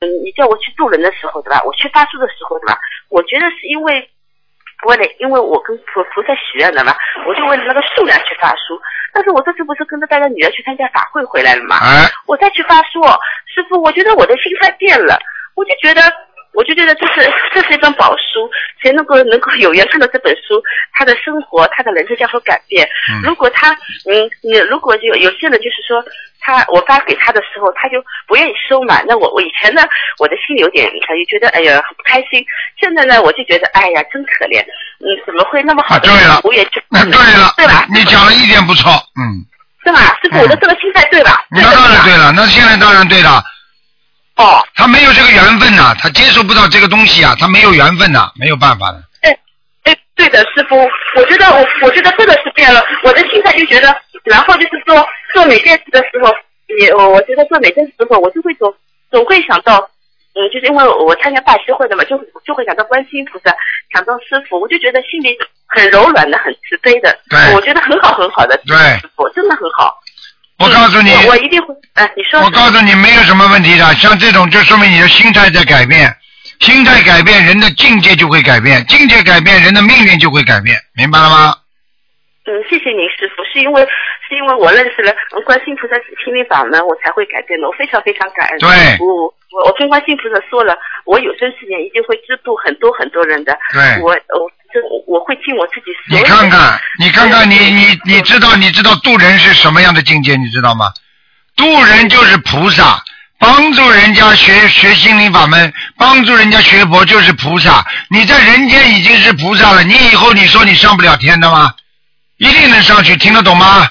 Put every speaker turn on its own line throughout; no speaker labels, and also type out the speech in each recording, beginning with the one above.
嗯叫我去渡人的时候，对吧？我去发书的时候，对吧？我觉得是因为为了，因为我跟菩菩萨许愿了嘛，我就为了那个数量去发书。但是我这次不是跟着带着女儿去参加法会回来了嘛？
哎，
我再去发书，师傅，我觉得我的心态变了，我就觉得，我就觉得这是这是一本宝书，谁能够能够有缘看到这本书，他的生活，他的人生将会改变。
嗯
如果他，嗯，你如果有有些人就是说，他我发给他的时候，他就不愿意收嘛。那我我以前呢，我的心里有点，呃也觉得哎呀很不开心。现在呢，我就觉得哎呀真可怜，嗯，怎么会那么好的
啊对了
无缘就
那对了，
嗯对吧？
你讲的一点不错，嗯，
是吧？师傅，
嗯
我的这个心态对吧？
那当然对了，那现在当然对了，
哦，
他没有这个缘分呐、他接受不到这个东西啊，他没有缘分呐、没有办法的。
对对的，师傅，我觉得我我觉得真的是变了，我的心态就觉得，然后就是做做每件事的时候，也我我觉得做每件事的时候，我就会总总会想到，嗯，就是因为我参加大师会的嘛，就就会想到观世音菩萨，想到师傅，我就觉得心里很柔软的，很慈悲的，
对
我觉得很好很好的，
对
师傅真的很好。
我告诉你，
嗯我我一定会，哎、你说，
我告诉你没有什么问题的，像这种就说明你的心态在改变，心态改变人的境界就会改变，境界改变人的命运就会改变，明白了吗？
嗯，谢谢您，师傅，是因为是因为我认识了嗯观世音菩萨心灵法门，我才会改变的，我非常非常感恩。
对
我我我跟观世音菩萨说了，我有生之年一定会资助很多很多人的。
对
我我这我会尽我自己所
你
有的。嗯
看看，你看看，你你你知道你知道渡人是什么样的境界，你知道吗？渡人就是菩萨，帮助人家学学心灵法门，帮助人家学佛就是菩萨。你在人间已经是菩萨了，你以后你说你上不了天的吗？一定能上去，听得懂吗？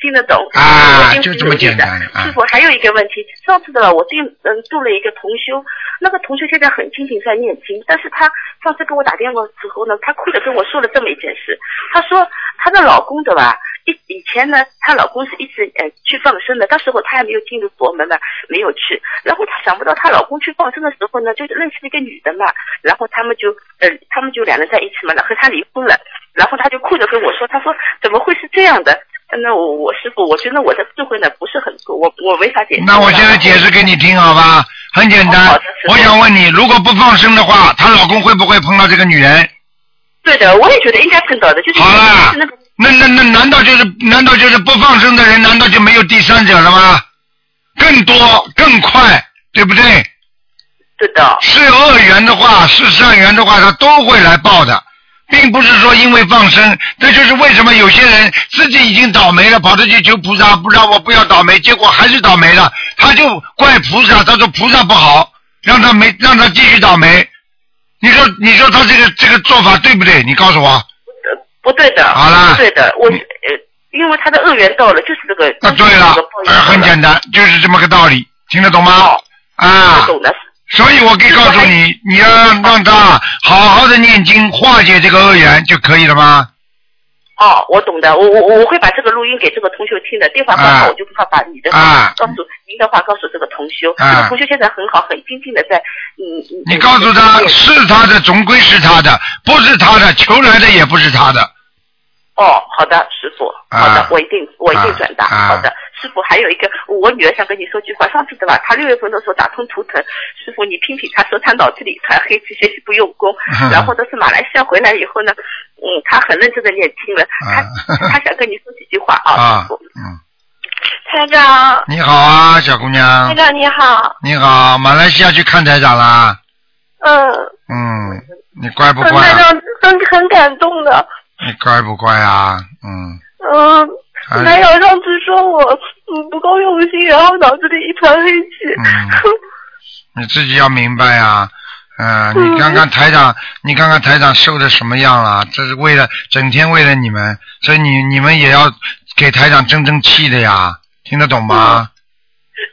听得懂
啊
我一定
就这
会
么
努力
简
的
单啊
师傅，还有一个问题，上次的我定嗯做了一个同修，那个同修现在很清醒在念经，但是他上次跟我打电话之后呢，他哭着跟我说了这么一件事，她说她的老公对吧？以以前呢，她老公是一直呃去放生的，到时候她还没有进入佛门嘛，没有去。然后她想不到她老公去放生的时候呢，就认识了一个女的嘛，然后他们就呃他们就两人在一起嘛，然后她离婚了，然后她就哭着跟我说，她说怎么会是这样的？那我我师傅，我觉得我的智慧呢不是很够，我我没法解释。
那我现在解释给你听好吧，很简
好
单
的。
我想问你，如果不放生的话，她老公会不会碰到这个女人？
对的，我也觉得应该碰到的，就是
好啦
是那个
那那那难道就是难道就是不放生的人，难道就没有第三者了吗？更多更快，对不对？
对的，
是恶缘的话，是善缘的话，他都会来报的，并不是说因为放生。这就是为什么有些人自己已经倒霉了，跑着去求菩萨，不让我不要倒霉，结果还是倒霉了，他就怪菩萨，他说菩萨不好，让他没让他继续倒霉。你说你说他这个这个做法对不对？你告诉我。
呃不对的，
好啦
不对的，我
你
呃，因为他的恶缘到了，就是这个。
啊，对了，呃很简
单
单，就是这么个道理，听得懂吗？啊，
懂的，
所以我可以告诉你，你要让他好好的念经，化解这个恶缘就可以了吗？
哦，我懂的，我我我会把这个录音给这个同修听的，电话挂
啊
号我就不怕把你的
啊
话告诉您的话告诉这个同修，这
啊
个同修现在很好，很精进的在，嗯嗯。
你告诉他
嗯
是他的，总归是他的；不是他的，求来的也不是他的。
哦，好的，师傅，好的
啊，
我一定我一定转达，
啊
好的。师傅，还有一个，我女儿想跟你说句话。上次对吧？她六月份的时候打通图腾，师傅你批评她说她脑子里一团黑，学习不用 功。然后这次马来西亚回来以后呢，嗯，她很认真的念经了。她她想跟你说几句话 啊，
啊
师傅。，
嗯，
台长，
你好啊，小姑
台
娘，
长你好，
你好，马来西亚去看台长啦。
嗯，
嗯，你乖不
嗯
乖
台
啊？
长很很感动的，
你乖不乖啊？嗯，
嗯，
哎
台长上次说我嗯不够用心，然后脑子里一团黑气，
嗯你自己要明白啊。嗯、你看看台长，你看看台长瘦的什么样了？啊这是为了整天为了你们，所以你你们也要给台长争争气的呀，听得懂吗？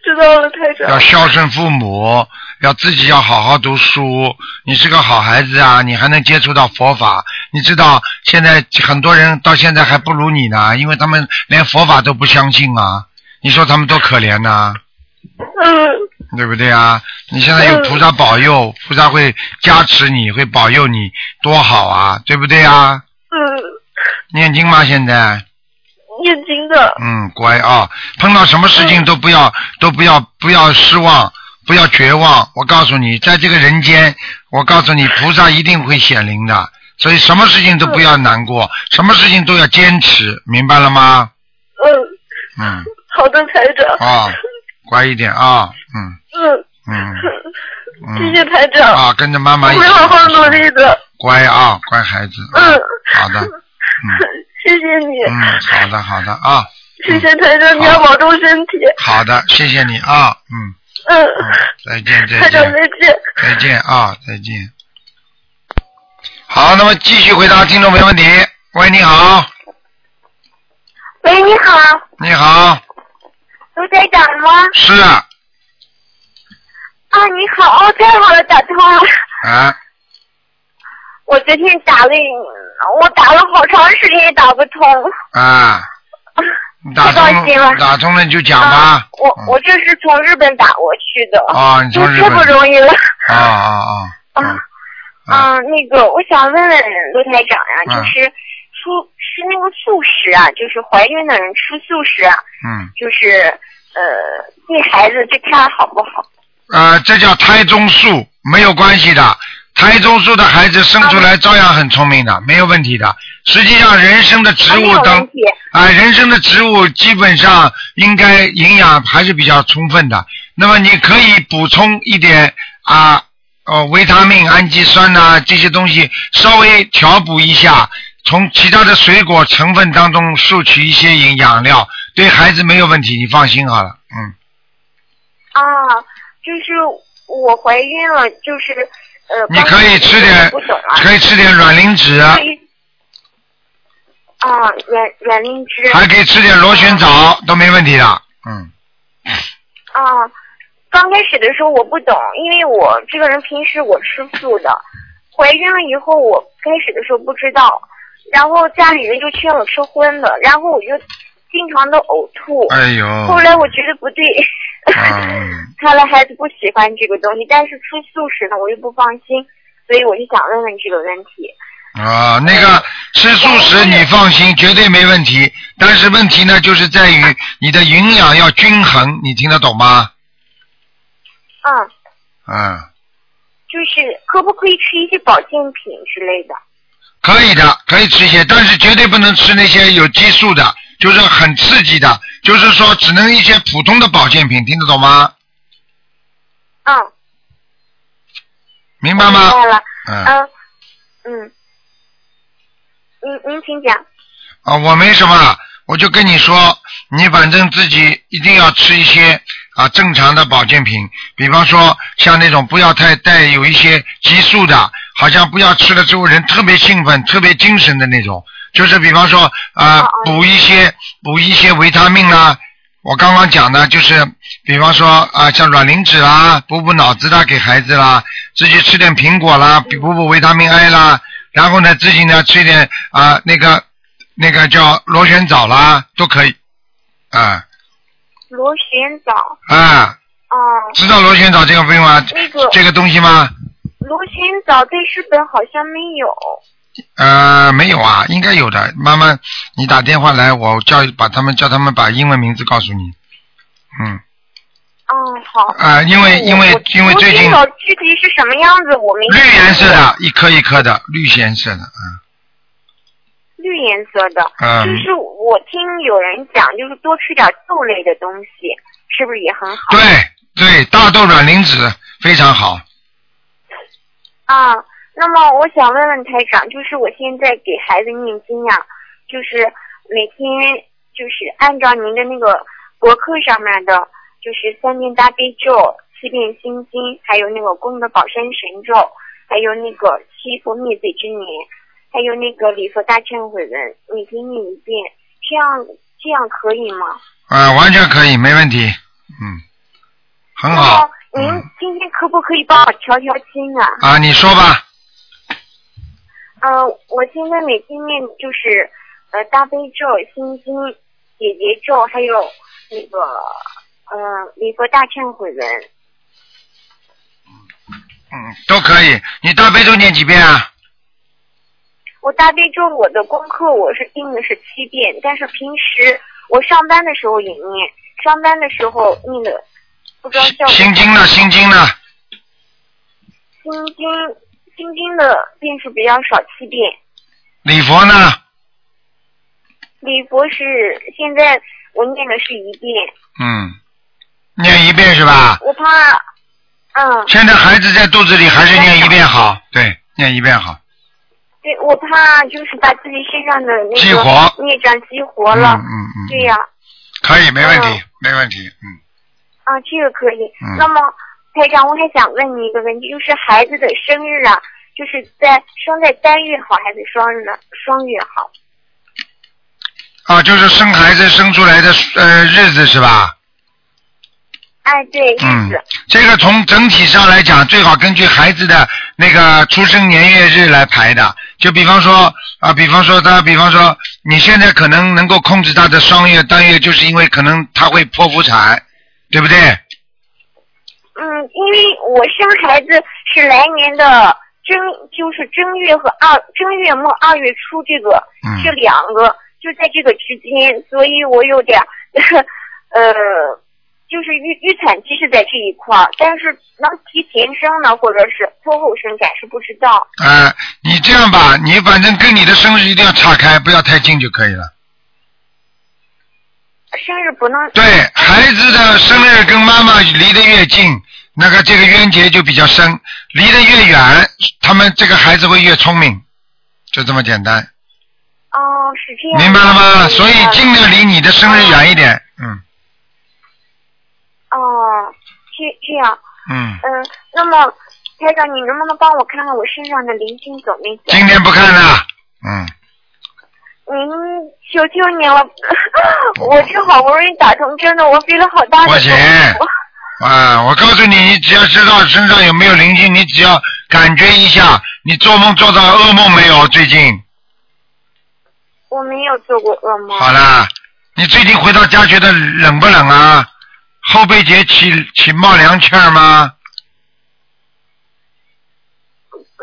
知道了，台
要
长，
孝顺父母，要自己要好好读书。你是个好孩子啊，你还能接触到佛法。你知道现在很多人到现在还不如你呢，因为他们连佛法都不相信啊。你说他们多可怜呐、
嗯
对不对啊？你现在有菩萨保佑，菩萨会加持你，会保佑你，多好啊，对不对啊？
嗯，
念经吗？现在，
念经的，嗯
嗯，乖啊、碰到什么事情都不要，都不要，不要失望，不要绝望。我告诉你，在这个人间，我告诉你，菩萨一定会显灵的。所以什么事情都不
嗯
要难过，什么事情都要坚持，明白了吗？
嗯，
嗯，
好的，台长。
啊，乖一点啊，嗯
嗯，
嗯
谢
嗯，
谢台长，
啊，跟着妈妈一
我会
起
好好努力的。
乖啊，乖孩子。
嗯，
好的，嗯
谢 谢你，
嗯，好的好的啊，
谢谢台长，你要保重身体。
好的，谢谢你啊，嗯，
嗯，
嗯再见再
台长
见。
再见。
再见啊，再见。好，那么继续回答听众朋友问题。喂，你好，
喂，你好，
你好，
卢台长吗？
是啊，
啊，你好，哦，太好了，打通了。
啊，
我昨天打了一，我打了好长时间也打不通。
啊你打
太高兴了
通打通了你就讲吧
啊。我我这是从日本打过去的。
哦你从日
太
本
不容易了。
啊啊啊啊啊
啊，那个，我想问问卢台长呀、
嗯
就是出是那个素食啊，就是怀孕的人吃素食啊，
嗯
就是呃对孩子对他好不好？
啊，这叫胎中素，没有关系的。胎中素的孩子生
啊
出来照样很聪明的，没有问题的。实际上，人生的植
啊没
物
有
当
问题。
啊，人参的植物基本上应该营养还是比较充分的。那么你可以补充一点啊，哦，维他命、氨基酸呐、这些东西，稍微调补一下，从其他的水果成分当中摄取一些营养料，对孩子没有问题，你放心好了。嗯，
啊，就是我怀孕了，就是呃，
你可以吃点
不懂啊，，
可以吃点卵磷脂，
可以啊，软软磷脂
还可以吃点螺旋藻，都没问题的。嗯，
啊。刚开始的时候我不懂，因为我这个人平时我吃素的，怀孕了以后我开始的时候不知道，然后家里人就劝我吃荤的，然后我就经常的呕吐，
哎呦，
后来我觉得不对，
嗯，
看来孩子不喜欢这个东西，但是吃素食呢，我又不放心，所以我就想问问这个问题。
啊，那个吃素食你放心，绝对没问题。但是问题呢，就是在于你的营养要均衡，你听得懂吗？
嗯，
嗯，
就是可不可以吃一些保健品之类的？
可以的，可以吃一些，但是绝对不能吃那些有激素的，就是很刺激的，就是说只能一些普通的保健品，听得懂吗？
嗯，
明白吗
明？白了。
嗯，
嗯嗯，您您请讲。
啊，我没什么，我就跟你说，你反正自己一定要吃一些啊正常的保健品，比方说像那种不要太带有一些激素的，好像不要吃了之后人特别兴奋、特别精神的那种，就是比方说啊、
哦
补一些补一些维他命啦、我刚刚讲的就是，比方说啊、像软磷脂啦，补补脑子啦，给孩子啦，自己吃点苹果啦，补补维他命 A 啦，然后呢，自己呢吃一点啊、那个那个叫螺旋藻啦，都可以，啊、
螺旋藻，
啊、
啊、
知道螺旋藻这个费吗？
那个
这个东西吗？
螺旋藻在日本好像没有。
呃，没有啊，应该有的。慢慢，你打电话来，我叫把他们叫他们把英文名字告诉你。嗯，
嗯，好。
啊、因为因为
我
因为最近
螺旋藻具体是什么样子我没
绿颜色
看过
的，一颗一颗的，绿颜色的，啊
绿颜色的，
嗯
就是我听有人讲，就是多吃点豆类的东西，是不是也很好？
对对，大豆卵磷脂非常好。
啊，那么我想问问台长，就是我现在给孩子念经呀、就是每天就是按照您的那个博客上面的，就是三遍大悲咒、七遍心经，还有那个功德宝山神咒，还有那个七佛灭罪之年，还有那个礼佛大忏悔文，每天念一遍，这样这样可以吗？
啊、完全可以，没问题，嗯，很好，
那
嗯
么您今天可不可以帮我调调经啊？
啊，你说吧，
呃，我现在每天念就是呃大悲咒、心经、解结咒，还有那个呃礼佛大忏悔文。
嗯，都可以。你大悲咒念几遍啊？
我大悲咒我的功课我是定的是七遍，但是平时我上班的时候也念，上班的时候念的。不知道效果。
心经呢？心经呢？
心经心经的遍数比较少，七遍。
礼佛呢？
李博士，现在我念的是一遍，
嗯，念一遍是吧？
我怕，嗯，
现在孩子在肚子里，还是念一遍好。对，念一遍好。
对，我怕就是把自己身上的
激
那
活
个孽障激活
嗯
了。
嗯嗯，
对呀、
可以，没问题
嗯，
没问题。嗯，
啊，这个可以。
嗯
那么，台长，我还想问你一个问题，就是孩子的生日啊，就是在生在单月好还是双日呢？双月好？
啊，就是生孩子生出来的呃日子是吧？
哎，对，日
嗯
子。，
这个从整体上来讲，最好根据孩子的那个出生年月日来排的。就比方说啊，比方说他，比方说你现在可能能够控制他的双月、单月，就是因为可能他会剖腹产，对不对？
嗯因为我生孩子是来年的正，就是正月和二正月末二月初这个、
嗯
这两个就在这个之间，所以我有点儿 呃，就是预预产期是在这一块儿，但是能提前生呢，或者是拖后生暂时不知道。
啊，你这样吧，你反正跟你的生日一定要岔开，不要太近就可以了。
生日不能
对，孩子的生日跟妈妈离得越近，那个这个冤结就比较深；离得越远，他们这个孩子会越聪明，就这么简单。
哦，是这样的。
明白了吗？所以
明白了
尽量离你的生日远一点。嗯
哦，这这样，
嗯，
嗯，那么台长，你能不能帮我看看我身上的灵性走没走？
今天不看了。嗯，
您求求您了，我这好不容易打通，真的我费了好大的
不行啊，我告诉你，你只要知道身上有没有灵性，你只要感觉一下，你做梦做到噩梦没有？最近
我没有做过噩梦。
好啦，你最近回到家觉得冷不冷啊？后背节起起冒凉气儿吗？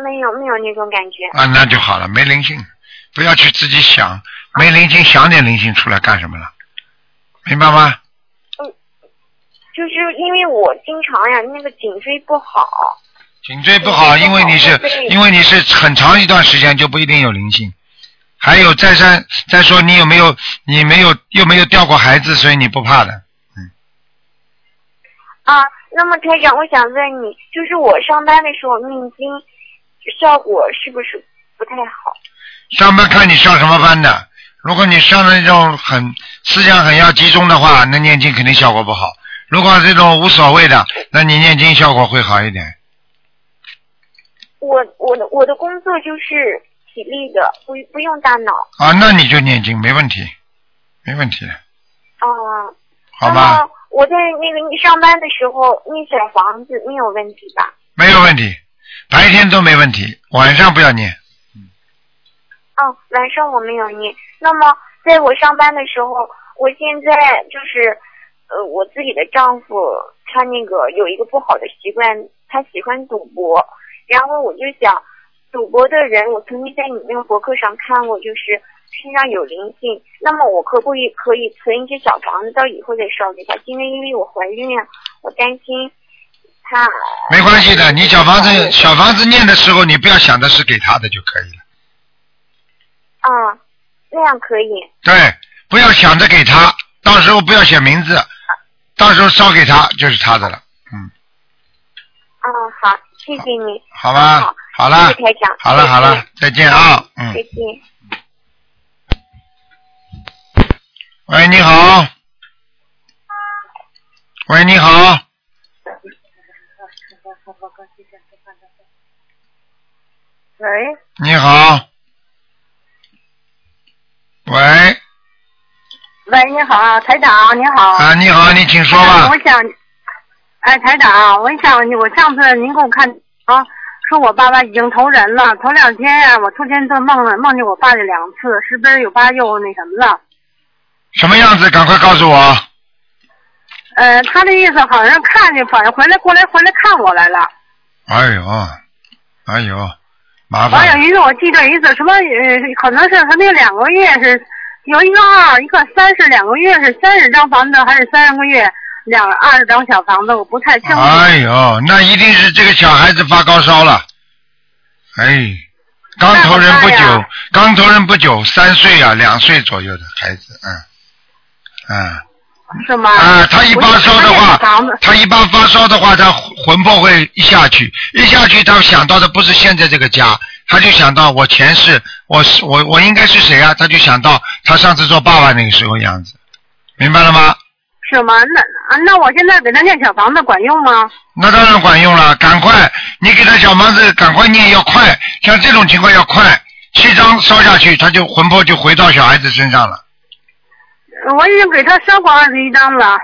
没有没有那种感觉。
啊，那就好了，没灵性，不要去自己想，没灵性想点灵性出来干什么了？明白吗？
就是因为我经常呀，那个颈椎不好，
颈椎不好，因为你是
颈椎不好对
因为你是很长一段时间就不一定有灵性。还有再三再说，你有没有你没有又没有掉过孩子，所以你不怕的。
啊，那么台长，我想问你，就是我上班的时候念经，效果是不是不太好？
上班看你上什么班的，如果你上的那种很思想很要集中的话，那念经肯定效果不好。如果这种无所谓的，那你念经效果会好一点。
我我的我的工作就是体力的，不不用大脑
啊，那你就念经没问题，没问题的，
啊。
好
那
吗？
么我在那个你上班的时候，那小房子没有问题吧？
没有问题，白天都没问题，晚上不要念。
哦，晚上我没有念。那么在我上班的时候，我现在就是，呃，我自己的丈夫他那个有一个不好的习惯，他喜欢赌博，然后我就想，赌博的人，我曾经在你那个博客上看过，就是身上有灵性。那么我可不可以可以存一些小房子，到以后再烧给他？因为因为我怀孕啊，我担心他。
没关系的，你小房子小房子念的时候，你不要想的是给他的就可以了。
啊、那样可以。
对，不要想着给他，到时候不要写名字，到时候烧给他就是他的了，
啊、好，谢谢你。
好吧
好？
好啦
谢谢台长，
好了好
再
了
见，
再见啊，嗯
再，见。
喂，你好，喂，你好，
喂，
你好，喂，
喂，你好，台长，你好。
啊，你好，你请说吧
我，想，哎，台长，我想我上次您给我看啊，说我爸爸已经投人了。头两天呀、我突然做梦了，梦见我爸这两次，是不是有爸又那什么了？
什么样子？赶快告诉我。
呃，他的意思好像看见，反正回来过来回来看我来了。
哎呦，哎呦，麻
完
烦
有
了，
一次我记得一次什么，呃，可能是他那两个月是有一个二，一个三是两个月是三十张房子还是三十个月？两二十张小房子，我不太清楚。
哎呦，那一定是这个小孩子发高烧了。哎，刚投人不
那怎么办
久
呀，
刚投人不久，三岁啊，两岁左右的孩子，嗯，嗯。
是吗？
啊，他一发烧的
我就看见小房
话
子，
他一发发烧的话，他魂魄会一下去，一下去，他想到的不是现在这个家，他就想到我前世，我是我我应该是谁啊？他就想到他上次做爸爸那个时候样子，明白了吗？
是吗？那啊那我现在给他念小房子管用吗？
那当然管用了，赶快，你给他小房子赶快念，要快，像这种情况要快，七张烧下去，他就魂魄就回到小孩子身上了。
我已经给他烧过二十一张了，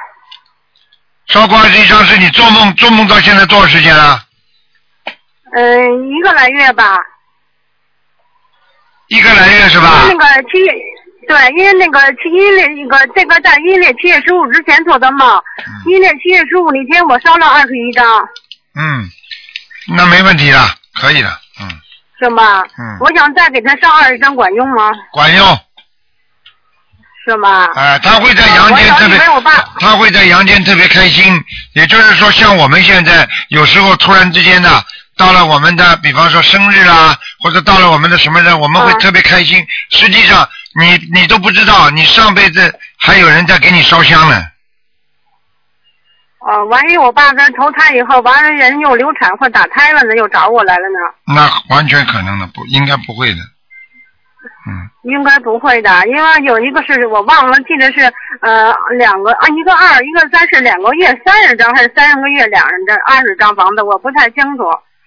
烧光这一张是你做梦做梦到现在多少时间了？
嗯、一个来月吧。
一个来月是吧？
那个七月，对，因为那个七阴历那个这个在阴历七月十五之前做的梦，阴历七月十五那天我烧了二十一张，
嗯，那没问题了，可以了，嗯，
是吗？
嗯
我想再给他烧二十张，管用吗？
管用。
是吗？呃
哎、他会在阳间特
我想
别
以为我爸，
他会在阳间特别开心。也就是说，像我们现在有时候突然之间呢、到了我们的，比方说生日啦，或者到了我们的什么呢，我们会
嗯
特别开心。实际上，你你都不知道，你上辈子还有人在给你烧香呢。
哦，万一我爸他投胎以后，完了人又流产或打胎了呢，又找我来了呢？
那完全可能的，不应该不会的。嗯，
应该不会的，因为有一个是我忘了，记得是呃两个啊一个二一个三是两个月三十张还是三十个月两人的二十张房子，我不太清楚。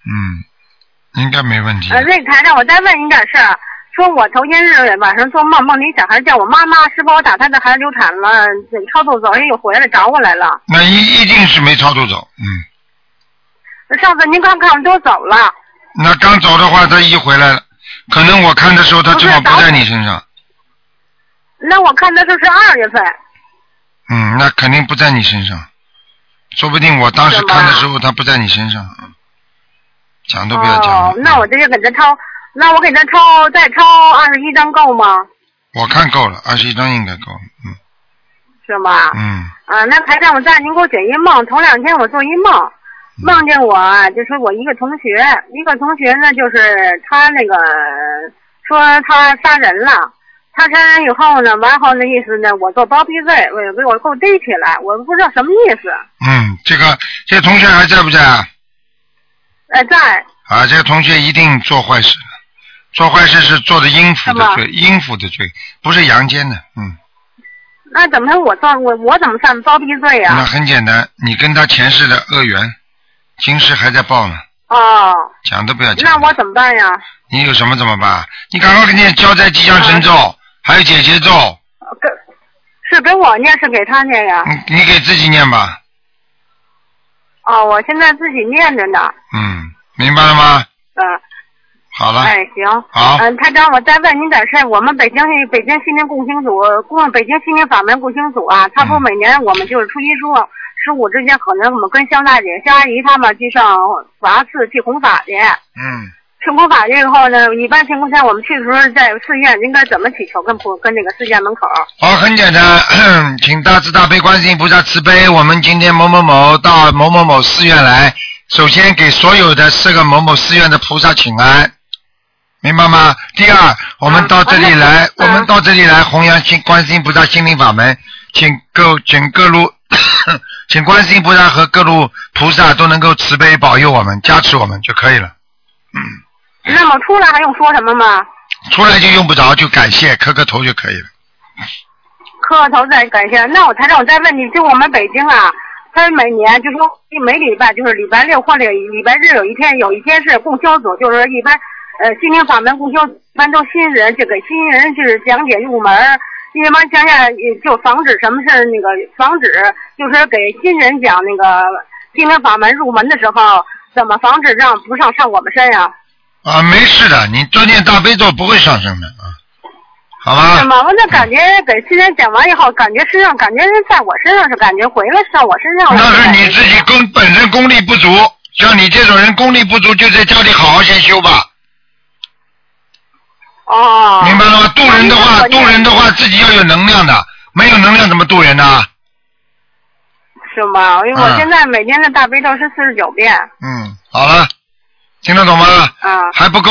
嗯，应该没问题的。
呃，那个台长，我再问你点事儿。啊说我头些日子晚上做梦，梦见小孩叫我妈妈，是把我打胎的孩子流产了，超度走，人又回来找我来了。
那一一定是没超度走，嗯。
上次您刚看我都走了，
那刚走的话，他一回来了，可能我看的时候，他正好不在你身上。
那我看他这是二月份，
嗯，那肯定不在你身上，说不定我当时看的时候，他不在你身上。嗯讲都不要讲了。
哦，那我直接给他抄，那我给他抄再抄二十一张够吗？
我看够了，二十一张应该够了。嗯
是吗？
嗯
啊，那台长，我再您给我解一梦。头两天我做一梦，梦见我啊就说我一个同学，一个同学呢，就是他那个说他杀人了，他杀人以后呢，完后那意思呢，我做包庇罪，我给我给我逮起来，我不知道什么意思。
嗯，这个这个同学还在不在啊？
呃，在
啊，这个同学一定做坏事了，做坏事是做的阴府
是
的
吗
罪，阴府的罪，不是阳间的。嗯，
那怎么说我算我我怎么算包庇罪呀、
那很简单，你跟他前世的恶缘，今世还在报呢，
哦，
讲都不要讲。
那我怎么办呀？
你有什么怎么办？你赶快给念消灾吉祥神咒，
嗯
还有解结咒，
给是给我念是给他念呀？
你你给自己念吧。
哦，我现在自己念着呢。
嗯，明白了吗？
嗯、
好了，
哎，行。
好，
嗯，台长，我再问您点事儿。我们北京北京心灵共修组，共北京心灵法门共修组啊，他不
嗯
每年我们就是初一初二、十五之间，可能我们跟肖大姐、肖阿姨他们去上法寺去弘法去。
嗯，
去弘法去以后呢，一般情况下我们去的时候在寺院应该怎么祈求？跟普跟那个寺院门口。
好，很简单， 请大慈大悲观世音菩萨慈悲，我们今天某某某到某某某寺院来，首先给所有的四个某某寺院的菩萨请安。明白吗？第二，我们到这里来，我
嗯
们到这里来弘扬心观世音菩萨心灵法门，请各请各路， 请观世音菩萨和各路菩萨都能够慈悲保佑我们，加持我们就可以了。嗯
那么出来还用说什么吗？
出来就用不着，就感谢磕个头就可以了。
磕个头再感谢。那我台长，我再问你，就我们北京啊，他每年就说每礼拜就是礼拜六或者礼拜日有一天，有一天是共修组，就是一般呃心灵法门共修，一般都新人就给新人就是讲解入门儿。一般讲讲也呃就防止什么是那个防止，就是给新人讲那个心灵法门入门的时候，怎么防止让不上上我们身呀、
啊，没事的，你多念大悲咒不会上升的啊，好吧？
是吗？我就感觉给新人讲完以后，感觉身上感觉在我身上是感觉回来上我身上了。
那是你自己功本身功力不足，像你这种人功力不足，就在家里好好先修吧，
哦，
明哦白了吗？渡人的话，
我
渡人的话自己要有能量的，没有能量怎么渡人呢、
是吗？因为我
嗯
现在每天的大悲咒是四十九遍。
嗯，好了，听得懂吗？
啊
还不够，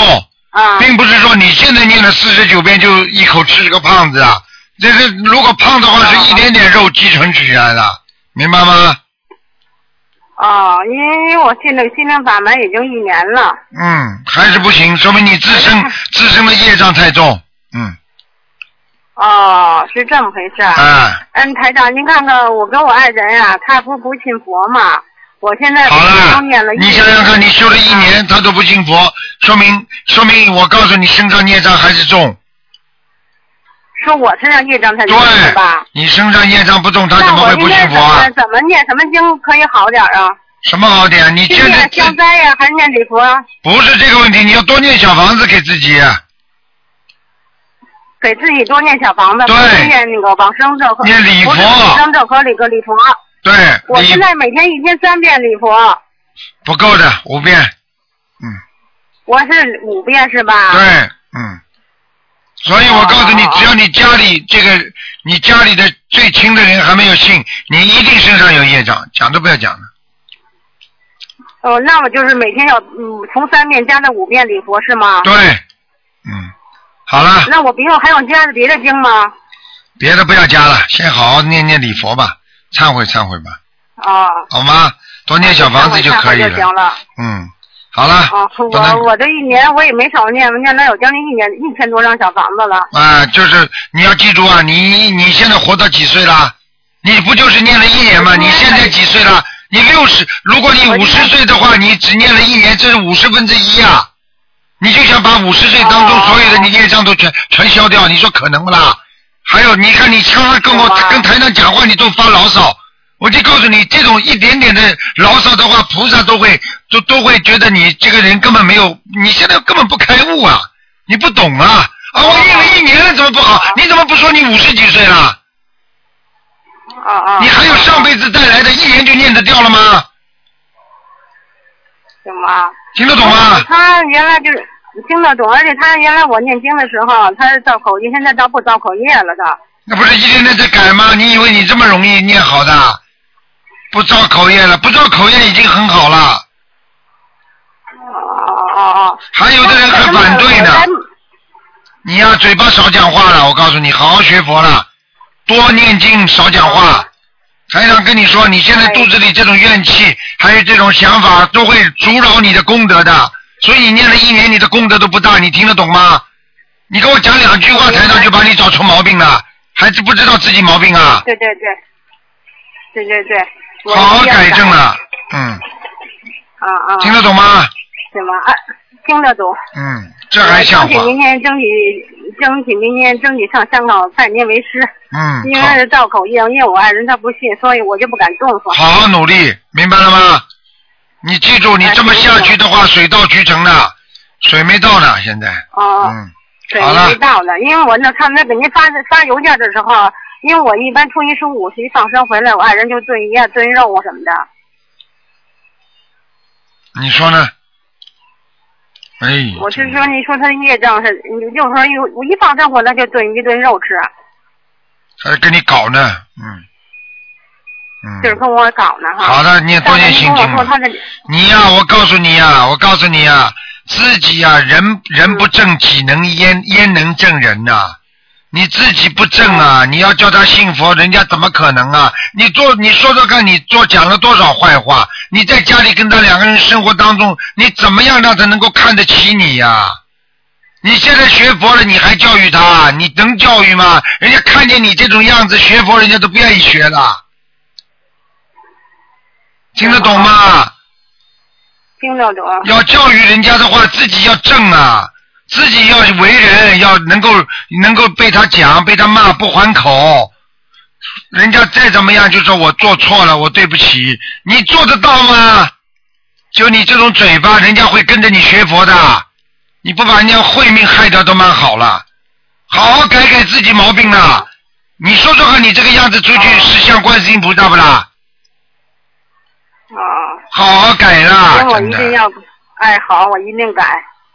啊
并不是说你现在念了四十九遍就一口吃这个胖子啊，这是如果胖的话是一点点肉积存起来的，明白吗？
哦，因为我信这个心灵法门已经一年了。
嗯，还是不行，说明你自
哎
身自身的业障太重。嗯，
哦，是这么回事儿。
哎，
嗯，台长，您看看我跟我爱人呀、他不是不信佛嘛？我现在
好
都
了
念了，一
你想想看，你修了一年，他都不信佛，说明说明我告诉你，身上业障还是重。
是我身上业障才是
对
吧？，
你身上业障不重，他怎
那
么
我
会
应
不
该
信
怎
佛
么
啊？
怎么念什么经可以好点儿啊？
什么好点？你
是
现在
念消灾呀、还是念礼佛
不是这个问题，你要多念小房子给自己。啊
给自己多念小房子，
对
多念那个往生咒和
念礼佛
不是往生咒和礼个礼佛。
对，
我
你
现在每天一天三遍礼佛，
不够的，五遍。嗯，
我是五遍是吧？
对，嗯。所以我告诉你
哦，
只要你家里这个，你家里的最亲的人还没有信，你一定身上有业障，讲都不要讲了。
哦，那我就是每天要嗯从三遍加到五遍礼佛是吗？
对，嗯，好了，
那我别后还有加的别的经吗？
别的不要加了，先好好念念礼佛吧，忏悔忏悔吧，
啊，
好吗？哦多念小房子就可以
就行
了。
了。
嗯，好了
啊，，
不能
我我这一年我也没少念，念了有将近一年一千多张小房子了。
啊，就是你要记住啊，你你现在活到几岁啦？你不就是念了一年吗？你现在几岁啦？你六十，如果你五十岁的话，你只念了一年，这是五十分之一啊！你就想把五十岁当中所有的你业障都全全消掉，你说可能不啦？还有，你看你常常跟我
有啊
跟台上讲话，你都发牢骚，我就告诉你，这种一点点的牢骚的话，菩萨都会都都会觉得你这个人根本没有，你现在根本不开悟啊，你不懂啊啊！我念
哦
了一年了，怎么不好？你怎么不说你五十几岁了？
啊啊，
你还有上辈子带来的一年就念得掉了吗？
行吗？哦
听得懂吗？
他原来就是听得懂，而且他原来我念经的时候，他是造口业，现在倒不造口业了的。
那不是一天天在改吗？你以为你这么容易念好的？啊不造口业了，不造口业已经很好了。
哦哦哦哦。
还有的人还反对呢。你呀、嘴巴少讲话了，我告诉你，好好学佛了，多念经，少讲话。台长跟你说，你现在肚子里这种怨气，还有这种想法，都会阻扰你的功德的。所以你念了一年，你的功德都不大，你听得懂吗？你跟我讲两句话，台长就把你找出毛病了，还是不知道自己毛病啊？
对对对，对对对。我
好好
一定要
改正。了，嗯，
啊啊。
听得懂吗？
行吗？啊，听得懂。呃
嗯，这还像
争
话
取，明年争取争取明年争取上香港拜年为师，
嗯，
因为是造口业，因为我爱人他不信，所以我就不敢动他。
好好努力，明白了吗？你记住，你这么下去的话，水到渠成的，水没到呢，现在。
哦，
嗯，
对，
好了
没到呢，因为我那他们那给您发发邮件的时候，因为我一般初一十五一放生回来，我爱人就炖鱼啊、炖肉啊什么的。
嗯你说呢？哎，
我是
真的
说，你说他的业障是，你就说一我一放生回来就炖鱼炖肉吃，
还在跟你搞呢，嗯，嗯，
就是跟我搞呢哈。
好的，念多
但
念
是
心
您跟
经
我说
吧
他。的，
你呀、我告诉你呀、我告诉你呀、自己呀、人人不正，己能焉焉能正人呐、你自己不正啊，你要叫他信佛，人家怎么可能啊？你做你说说看，你做讲了多少坏话？你在家里跟他两个人生活当中，你怎么样让他能够看得起你呀、你现在学佛了，你还教育他？你能教育吗？人家看见你这种样子学佛，人家都不愿意学了。听得懂吗？
听得懂。
要教育人家的话，自己要正啊，自己要为人，要能够能够被他讲、被他骂不还口。人家再怎么样就说我做错了，我对不起，你做得到吗？就你这种嘴巴，人家会跟着你学佛的，你不把人家慧命害掉都蛮好了，好好改改自己毛病啊！你说说看，你这个样子出去是像观世音菩萨不啦？
啊，
好好改啦，
行，我
真
一
的。
定要，哎，好，我一定改。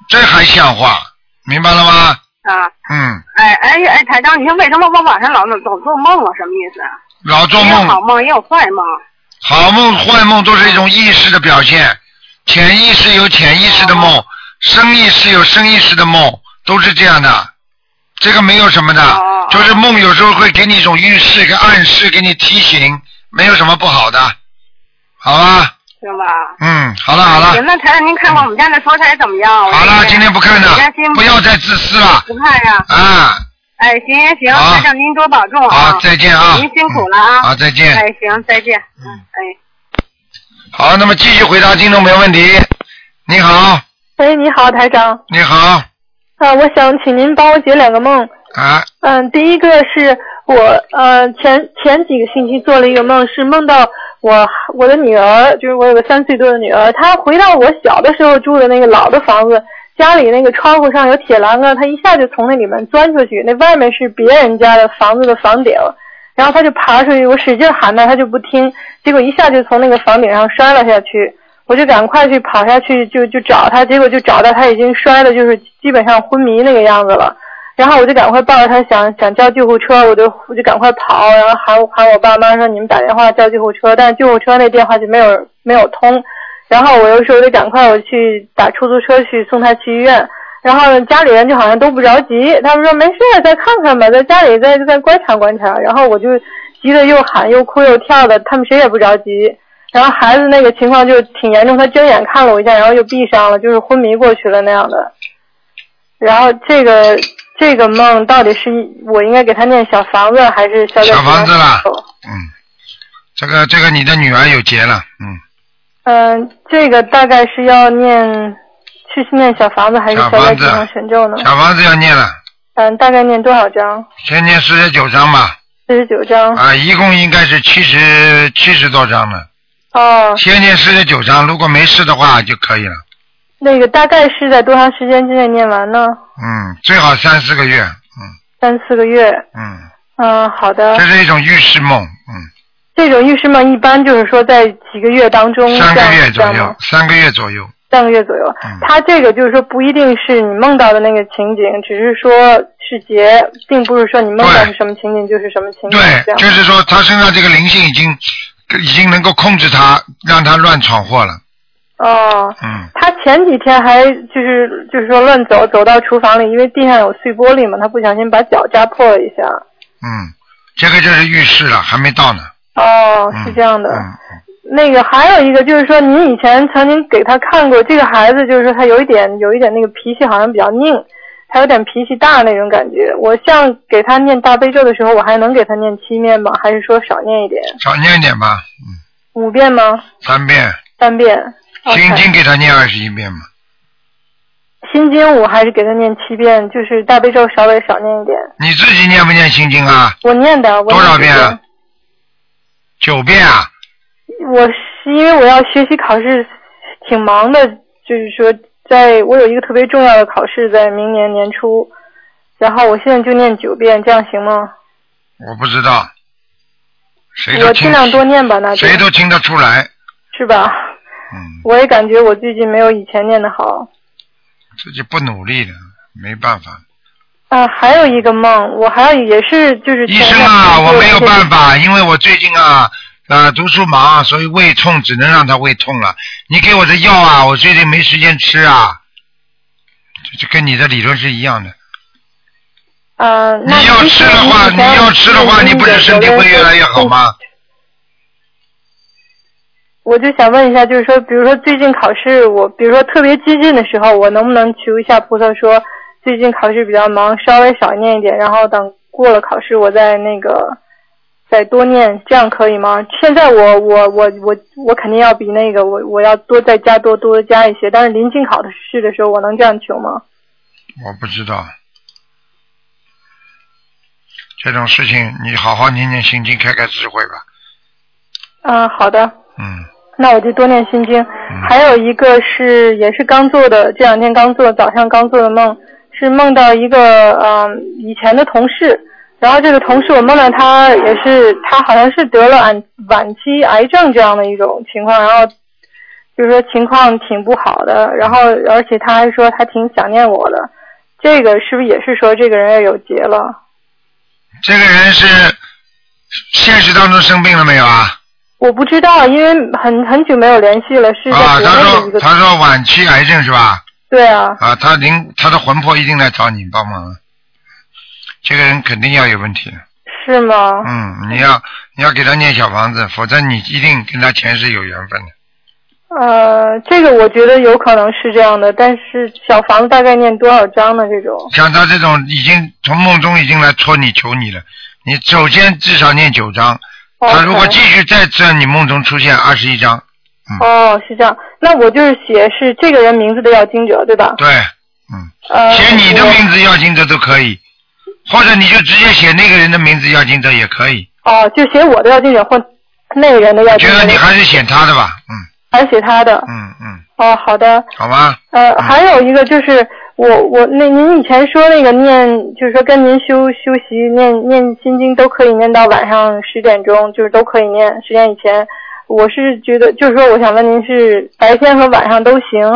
这还像话，明白了吗？
啊，
嗯，
哎哎哎，台长，你说为什么我晚上老总做梦啊？什么意思啊？
老做
也有好
梦，
梦，也有坏梦。
好梦坏梦都是一种意识的表现，潜意识有潜意识的梦，生意识有生意识的梦，都是这样的。这个没有什么的
哦，
就是梦有时候会给你一种预示、跟暗示，给你提醒，没有什么不好的，好吧？
行吧？
嗯，好了好了
行，，那台长您看看我们家那佛台怎么样？我
好了，今天不看
我家
了
今，
不要再自私了
不看呀。
啊！
哎，行行行，
好
台长您多保重啊
好，。再见啊！
您辛苦了啊。
好，再见。
哎，行，再见。
嗯
哎。
好，那么继续回答听众朋友问题。你好，
喂，你好，台长。
你好，
啊、我想请您帮我解两个梦。
啊，
嗯，第一个是我呃前前几个星期做了一个梦，是梦到我我的女儿，就是我有个三岁多的女儿，她回到我小的时候住的那个老的房子，家里那个窗户上有铁栏杆，她一下就从那里面钻出去，那外面是别人家的房子的房顶，然后她就爬出去，我使劲喊她，她就不听，结果一下就从那个房顶上摔了下去。我就赶快去跑下去，就就找她，结果就找到她已经摔的，就是基本上昏迷那个样子了。然后我就赶快抱着他想想叫救护车，我就我就赶快跑，然后喊我喊我爸妈说你们打电话叫救护车，但是救护车那电话就没有没有通，然后我又说我得赶快我去打出租车去送他去医院，然后呢家里人就好像都不着急，他们说没事儿再看看吧，在家里再再观察观察，然后我就急得又喊又哭又跳的，他们谁也不着急，然后孩子那个情况就挺严重，他睁眼看了我一下，然后又闭上了，就是昏迷过去了那样的。然后这个这个梦到底是我应该给他念小房子还是消灾？
小房子啦嗯，这个这个你的女儿有结了，嗯，
嗯、这个大概是要念，去念小房子还是
小
消
房
灾
子
吉祥神咒呢？
小房子要念了，
嗯、大概念多少章？
先念四十九章吧，
四十九章。
啊，一共应该是七十七十多章呢，
哦，
先念四十九章，如果没事的话就可以了，
那个大概是在多长时间之内念完呢？
嗯，最好三四个月，嗯
三四个月。
嗯，
嗯、好的
这。是一种预示梦，嗯，
这种预示梦一般就是说在几个月当中，
三
这
个
样
月左
嗯这样吗
右，三个月左右，
三个月左右
嗯。
他这个就是说不一定是你梦到的那个情景，只是说是劫，并不是说你梦到是什么情景就是什么情景。嗯这
对，
样
就是说他身上这个灵性已经已经能够控制他，让他乱闯祸了，
哦。
嗯，
他前几天还就是就是说乱走，走到厨房里，因为地上有碎玻璃嘛，他不小心把脚扎破了一下。
嗯，这个就是预示了，还没到呢。
哦，
嗯
是这样的。
嗯，
那个还有一个就是说，您以前曾经给他看过这个孩子，就是说他有一点有一点那个脾气好像比较拧，他有点脾气大那种感觉。我像给他念大悲咒的时候，我还能给他念七遍吗？还是说少念一点，
少念点吧，嗯，
五遍吗？
三遍，
三遍？
心
OK
经给他念二十一遍嘛，
心经我还是给他念七遍，就是大悲咒稍微少念一点。
你自己念不念心经啊？
我念的，我念
多少
几
遍啊？九遍啊？
我是因为我要学习考试，挺忙的，就是说在，我有一个特别重要的考试在明年年初，然后我现在就念九遍，这样行吗？
我不知道，谁都
我
听
尽量多念吧，那就
哎谁都听得出来，
是吧？
嗯，
我也感觉我最近没有以前念的好。
自己不努力的，没办法。
啊，还有一个梦，我还有也是就是
医
前
生
两
啊，
天
我
做
没有
一些
办法，因为我最近啊，呃，读书忙，所以胃痛只能让他胃痛了。你给我的药啊，我最近没时间吃啊，这这跟你的理论是一样的。
啊，
呃
你
那
要
医
吃
生
的话，
以
你
前
要吃的话，
念
你不是
经
身体
嗯有的
会越来越
人
好吗？
我就想问一下，就是说，比如说最近考试，我比如说特别激进的时候，我能不能求一下菩萨说，最近考试比较忙，稍微少念一点，然后等过了考试，我再那个再多念，这样可以吗？现在我我我我我肯定要比那个我我要多再加多多加一些，但是临近考试的时候，我能这样求吗？
我不知道，这种事情你好好念念心经，开开智慧吧。
嗯，好的。
嗯，
那我就多念心经。还有一个是也是刚做的，这两天刚做，早上刚做的梦，是梦到一个嗯、以前的同事，然后这个同事我梦到他也是他好像是得了晚晚期癌症这样的一种情况，然后就是说情况挺不好的，然后而且他还说他挺想念我的，这个是不是也是说这个人也有劫了？
这个人是现实当中生病了没有啊？
我不知道，因为很很久没有联系了，是在
啊，
国
他
内的一
说
个。
他说晚期癌症是吧？
对啊，
啊，他灵他的魂魄一定来找你帮忙，啊这个人肯定要有问题。
是吗？
嗯，你要你要给他念小房子，否则你一定跟他前世有缘分的。
呃，这个我觉得有可能是这样的，但是小房子大概念多少章呢？这种
像他这种已经从梦中已经来戳你求你了，你首先至少念九章，他如果
OK
继续再在你梦中出现二十一章，嗯
哦，是这样。那我就是写是这个人名字的要经者，对吧？
对，嗯
呃，
写你的
我
名字要经者都可以，或者你就直接写那个人的名字要经者也可以。
哦，就写我的要经者或那个人的要
觉
经者，
得你还是写他的吧，嗯
还写他的。
嗯嗯，
哦，好的。
好吧，
呃，还有一个就是我我那您以前说那个念，就是说跟您修修习念念心经都可以念到晚上十点钟，就是都可以念十点以前。我是觉得，就是说，我想问您是白天和晚上都行，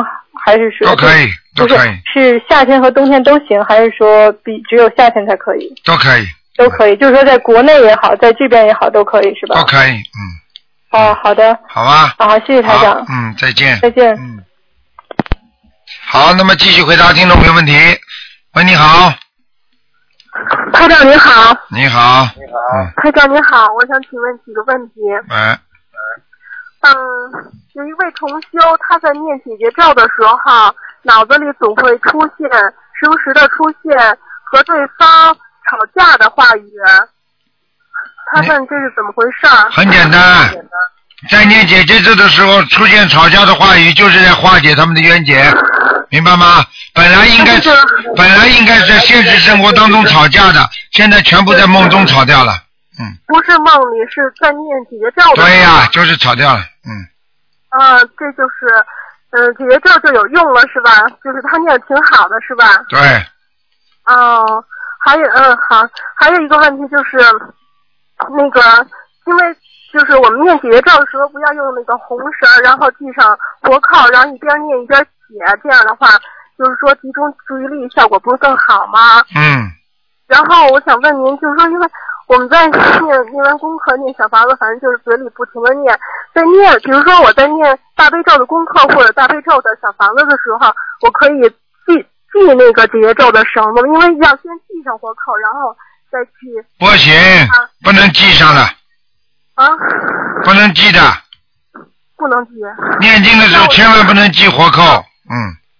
还是说
都可以，都
不是
可以，
是夏天和冬天都行，还是说比只有夏天才可以？
都可以，
都可以，就是说在国内也好，在这边也好，都可以是
嗯
吧
都？可以，嗯，
哦，好的，
好吧，
好，谢谢台
好
长，，
嗯，再见，
再见。
嗯，好，那么继续回答听众朋友问题。喂，你好，
科长您好，
你好，嗯，
科长您好，我想请问几个问题。
喂，
嗯，有一位同修，他在念解决咒的时候，脑子里总会出现时不时的出现和对方吵架的话语。他问这是怎么回事儿？嗯
很简单
很简单
在念姐姐咒的时候出现吵架的话语，就是在化解他们的冤结，明白吗？本来应该
就是
本来应该在现实生活当中吵架的，现在全部在梦中吵掉了。
不是梦里，是在念解决咒的时候。
对呀、就是吵掉了。嗯，
啊、这就是，嗯、解决咒就有用了是吧？就是他念得挺好的是吧？
对，
哦，还有嗯好，还有一个问题就是，那个因为就是我们念解决咒的时候不要用那个红绳儿，然后系上脖扣，然后一边念一边写，这样的话就是说集中注意力效果不是更好吗？
嗯，
然后我想问您，就是说因为。我们在念念完功课，念小房子，反正就是嘴里不停的念，在念。比如说我在念大悲咒的功课或者大悲咒的小房子的时候，我可以系系那个解决咒的绳子，因为要先系上活口，然后再去
不行，不能记上了，
啊，
不能记的。
不能哦急。
念经的时候千万不能记活扣。嗯，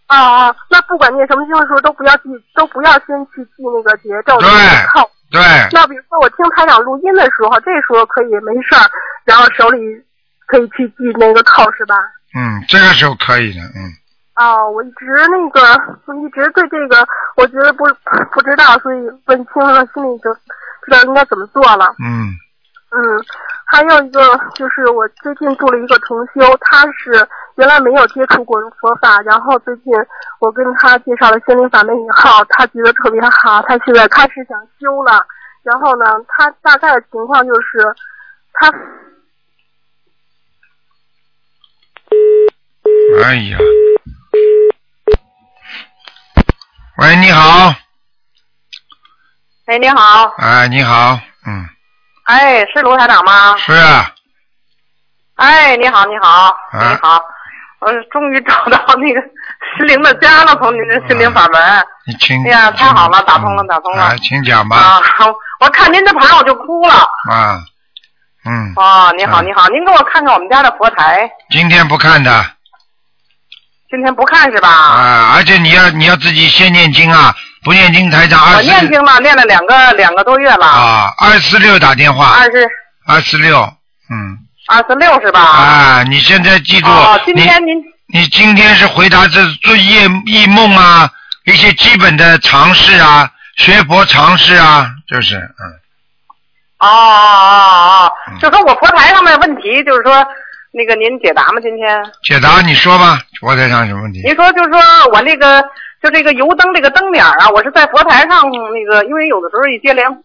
啊啊，那不管念什么经的时候，都不要记，都不要先去记那个解决咒的
对
扣。
对，
那比如说我听台长录音的时候，这时候可以没事儿，然后手里可以去记那个扣是吧？
嗯，这个时候可以的。嗯，
哦，我一直那个，我一直对这个，我觉得不不知道，所以问清了，心里就知道应该怎么做了。
嗯，
嗯，还有一个就是我最近住了一个同修，他是原来没有接触过佛法，然后最近我跟他介绍了心灵法门以后，他觉得特别好，他现在开始想修了。然后呢，他大概的情况就是，他
哎呀。喂，你好，
哎，你好，
哎，你好，嗯，
哎，是卢台长吗？
是啊，
哎，你好，你好，
啊
你好，我终于找到那个失灵的家了，从您这心灵法门
你请。
哎呀太好了
请
打通了打通了
哎，请讲吧。
啊， 我看您这牌我就哭了。
啊，嗯，
哦，你好，
嗯
你好，您给我看看我们家的佛台，
今天不看的。
今天不看是吧？
啊，而且你要你要自己先念经啊，不念经台长
我
二
念
四
经了，念了两个两个多月了，
啊二四六打电话
二十
二四六，嗯
二十六是吧？
啊，你现在记住，
哦，今天您
你你今天是回答这做夜异梦啊，一些基本的常识啊，学佛常识啊，就是嗯
哦哦哦
嗯
哦，就说我佛台上面问题，就是说那个您解答吗？今天？
解答你说吧，我在想什么问题
您说就是说我那个就这个油灯这个灯点儿啊，我是在佛台上那个，因为有的时候一接莲花，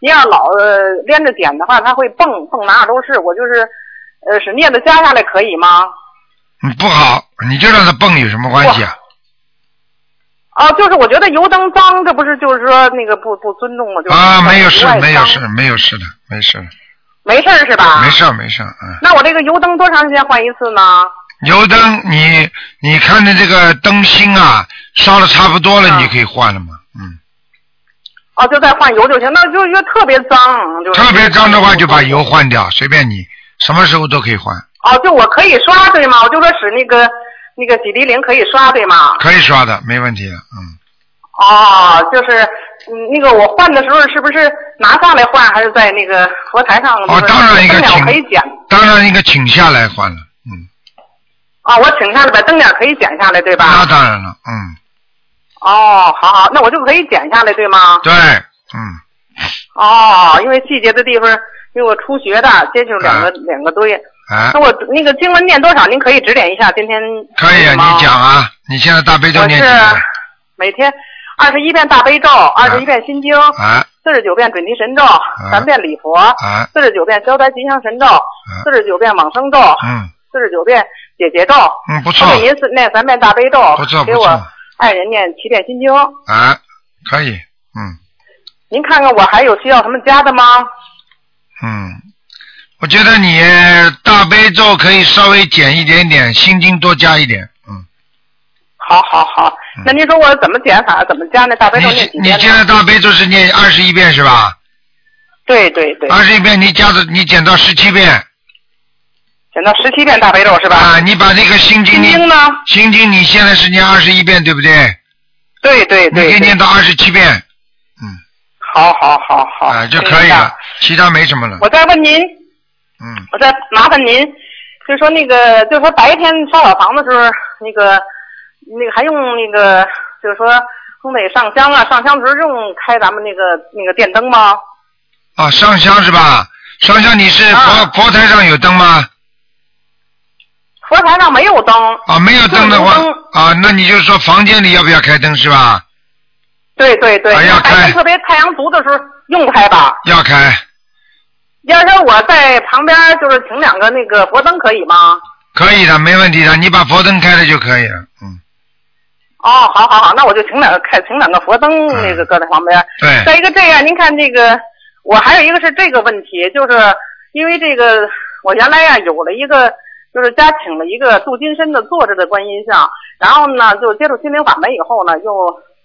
您要老呃连着点的话，它会蹦蹦哪哪都是。我就是呃是镊子夹下来可以吗？
嗯，不好，你就让他蹦有什么关系啊？
哦，就是我觉得油灯脏，这不是就是说那个不不尊重吗？就是
啊，没有事
外，脏
没有事，没有事的，没事的，
没事儿是吧？
没事儿没事儿，嗯。
那我这个油灯多长时间换一次呢？
油灯，你你看的这个灯芯啊，烧的差不多了，
啊
你可以换了嘛，嗯。
哦，就再换油就行，那就就特别脏，就是
特别脏的话就把油换掉，随便你，什么时候都可以换，
哦，就我可以刷对吗？我就说使那个那个洗涤灵可以刷对吗？
可以刷的，没问题的，嗯。
哦，就是嗯那个我换的时候是不是拿下来换，还是在那个佛台上？
哦，当然应该
灯
请
点可以剪。，
当然应该请下来换了，嗯，
哦，我请下来把灯点可以剪下来对
那
吧？
当然了，嗯，
哦，好好，那我就可以剪下来对吗？
对，嗯，
哦，因为细节的地方，因为我初学的，这就两个、
啊
两个多月。
哎
那，我那个经文念多少？您可以指点一下。今天
可以啊，
吗
你讲啊，你现在大悲咒
嗯我
念几
是
遍？
每天二十一遍大悲咒，二十一遍心经，
啊
四十九遍准提神咒，
哎
三遍礼佛，
啊，
四十九遍消灾吉祥神咒，四十九遍往生咒，
嗯
四十九遍解结咒。
嗯，不错
我，给您是念三遍大悲咒
不错，
给
不
我
错，
爱人念七遍心经。
啊，可以，嗯
您看看我还有需要什么加的吗？
嗯，我觉得你大悲咒可以稍微减一点点，心经多加一点，嗯，
好好好
嗯，
那您说我怎么减法？怎么加那大悲咒念几
你你
遍
现在
呢？
大悲咒是念二十一遍是吧？
对对对，
二十一遍你加的你减到十七遍
减到十七遍大悲咒是吧？
啊，你把那个心经
心
你
经呢？
心经你现在是念二十一遍对不对？
对对
你可
对
以念
对，
到二十七遍嗯
好好好好，
啊就可以
明白
了。，其他没什么了，
我再问您，
嗯
我再麻烦您，就说那个，就说白天烧小房的时候，那个，那个还用那个，就是说东北上香啊，上香的时候用开咱们那个那个电灯吗？
啊，上香是吧？上香你是佛、
啊
佛台上有灯吗？
佛台上没有灯，
啊，没有灯的话
就是无
啊，那你就说房间里要不要开灯是吧？
对对对，
哎呀
白
开
天特别太阳毒的时候用开吧。
要开，
要是我在旁边就是请两个那个佛灯可以吗？
可以的，没问题的，你把佛灯开了就可以了。嗯，
哦，好好好，那我就请两个开，请两个佛灯那
嗯
个搁在旁边。再
对，
一个，这样您看这个，我还有一个是这个问题，就是因为这个，我原来呀、有了一个，就是家请了一个镀金身的坐着的观音像，然后呢就接触心灵法门以后呢，又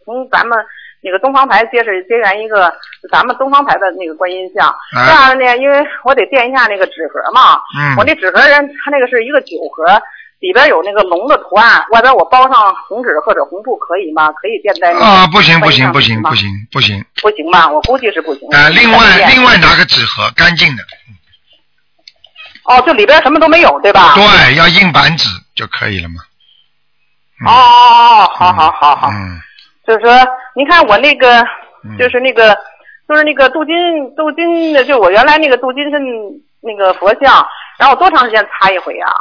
从咱们那个东方台接是接缘一个咱们东方台的那个观音像。这
啊，
样呢，因为我得垫一下那个纸盒嘛，
嗯
我，那纸盒人它那个是一个酒盒。里边有那个龙的图案，外边我包上红纸或者红布可以吗？可以垫在那个
啊，不行不
观音
行
像
不
里
行
吗
不行不行，
不行吧？我估计是不行。
啊，另外
再见
另外拿个纸盒，干净的，
哦，就里边什么都没有，对吧？
对，要硬板纸就可以了嘛。嗯
哦，哦哦，好好好好，
嗯，
就是说，您看我那个，
嗯
就是那个，就是那个镀金镀金的，就我原来那个镀金身那个佛像，然后多长时间擦一回啊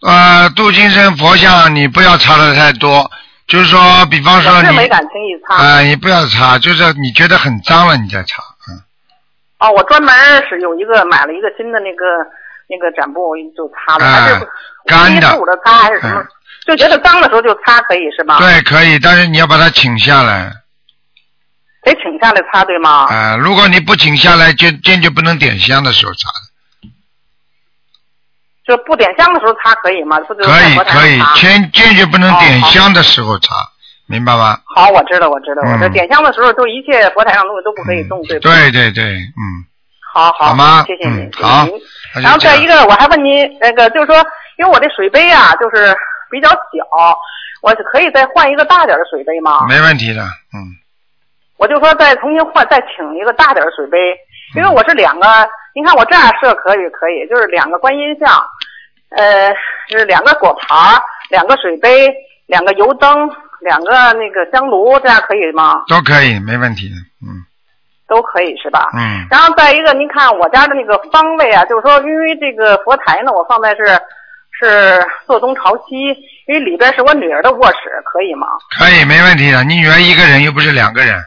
呀、
呃，镀金身佛像你不要擦的太多，就是说，比方说
我是
你
没敢轻易擦。
啊，你不要擦，就是你觉得很脏了你再擦，嗯，
哦，我专门是有一个买了一个新的那个那个展布，就擦了，
啊
还是
干的
第一次我的擦还是什么？
嗯
就觉得脏的时候就擦可以是吧？，
哎对，可以，但是你要把它请下来。
得请下来擦对吗？
啊、如果你不请下来，坚坚决不能点香的时候查的。
就不点香的时候擦可以吗？不就是
可
在
以
佛台上
可以
擦，
坚坚决不能
哦
点
好
香的时候查，明白吗？
哦好，我知道，我知道，
嗯
我这点香的时候，就一切佛台上的东西都不可以动，
对
对不对？
对对，嗯，
好好，
好吗
谢谢您，
嗯
谢谢
好
您
那就
然后
这
再
样
一个，我还问您，那个就是说，因为我这水杯啊，就是比较小，我可以再换一个大点的水杯吗？
没问题的，嗯，
我就说再重新换，再请一个大点的水杯，因为我是两个，您看我这样设可以可以，就是两个观音像，呃，是两个果盘儿，两个水杯，两个油灯，两个那个香炉，这样可以吗？
都可以，没问题的，嗯
都可以是吧？
嗯
然后再一个，您看我家的那个方位啊，就是说，因为这个佛台呢，我放在是是坐东朝西，因为里边是我女儿的卧室，可以吗？
可以，没问题的。你女儿一个人又不是两个人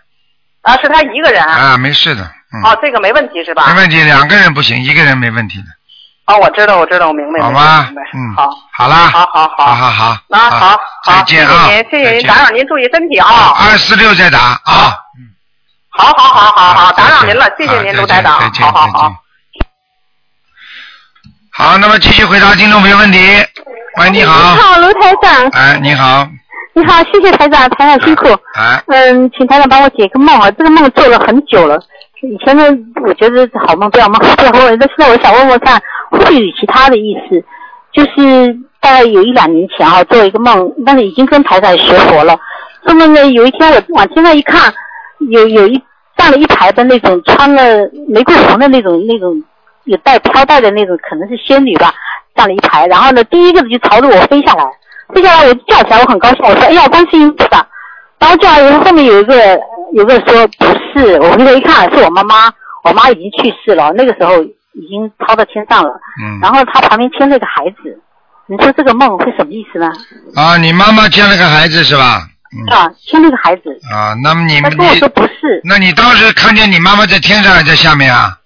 啊，是她一个人。
啊，没事的，嗯，
哦，这个没问题是吧？
没问题，两个人不行，一个人没问题的，
哦，我知道，我知道，我明白，
好
明白
吗
明白？
嗯，
好，
好啦，
好好好
好好好，啊
那好好，
再见啊，
谢谢您，谢谢
再
您，
见
打扰您，注意身体啊。
二四六再打啊，
好好好好好，
再
打扰
见
您了，谢谢
啊
您，
再
卢台
见
长
再，见
好好
再
好
见。好，那么继续回答听众朋友问题。喂，你好
你，好，卢台长，
哎，你好，
你好，谢谢台长，台长辛苦。
哎，
嗯，请台长帮我解个梦啊，这个梦做了很久了。以前呢，我觉得好梦不要梦，不要问。但是呢，我想问问看，会不会有其他的意思？就是大概有一两年前啊，做一个梦，但是已经跟台长学佛了。那么呢，有一天我往天上一看，有有一站了一排的那种穿了玫瑰红的那种那种有带飘带的那种，可能是仙女吧，站了一排。然后呢，第一个就朝着我飞下来，飞下来我就叫起来，我很高兴，我说：“哎呀，观世音菩萨！”然后叫完以后，后面有一个有个人说不是，我回头一看是我妈妈，我妈已经去世了，那个时候已经飘到天上了。
嗯，
然后她旁边牵了个孩子，你说这个梦是什么意思呢？
啊，你妈妈牵了个孩子是吧？嗯，
啊，牵了个孩子，
啊，那么你
她
们
跟我
你
说，不是，
那你当时看见你妈妈在天上还在下面啊？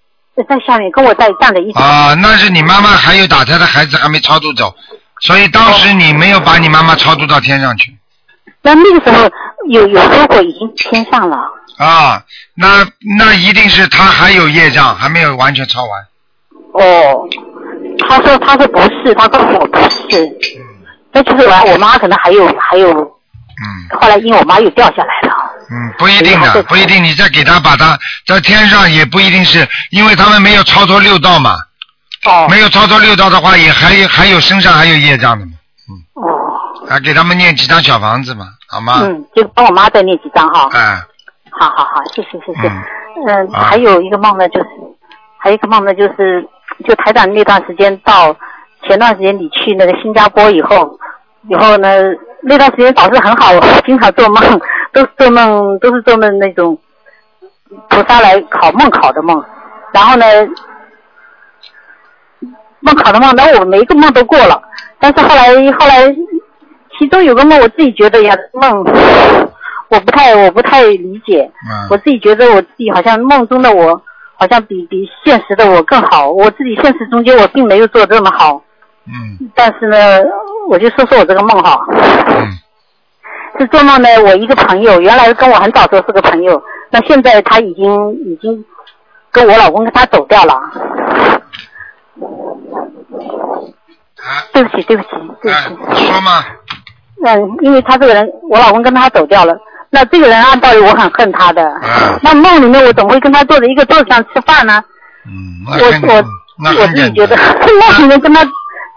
在下面跟我在站了一起。
啊，那是你妈妈还有打胎的孩子还没超度走，所以当时你没有把你妈妈超度到天上去
那那个时候有有说过已经天上了，
啊，那那一定是她还有业障，还没有完全超完。
哦，她说她说不是，她告诉我不是，那就是我我妈可能还有还有，
嗯
后来因为我妈又掉下来了。
嗯，不一定的，不一定。你再给她把她在天上也不一定是，因为他们没有超脱六道嘛，
哦
没有超脱六道的话，也还有还有身上还有业障的嘛，嗯
哦。
还给他们念几张小房子嘛，好吗？
嗯，就帮我妈再念几张哈。
哎，
好好好，谢谢谢谢。
嗯
嗯，
啊
还有一个梦呢，就是还有一个梦呢，就是就台长那段时间到前段时间你去那个新加坡以后，以后呢那段时间老是很好，我经常做梦，都是做梦都是做梦那种菩萨来考梦考的梦，然后呢梦考的梦，然后我每一个梦都过了，但是后来后来其中有个梦我自己觉得呀梦。我不太，我不太理解，
嗯
我自己觉得我自己好像梦中的我，好像比比现实的我更好。我自己现实中间我并没有做得这么好，
嗯
但是呢，我就说说我这个梦哈。
嗯
是做梦呢，我一个朋友，原来跟我很早时候是个朋友，那现在他已经已经跟我老公跟他走掉了。
啊
对不起，对不起，对不
哎
起。，
说嘛，
嗯，因为他这个人，我老公跟他走掉了。那这个人按道理我很恨他的，
嗯
那梦里面我怎么会跟他坐在一个桌子上吃饭呢？
嗯，那
我
很
我
那
我
很
自己
简
觉得
单，
那你们跟他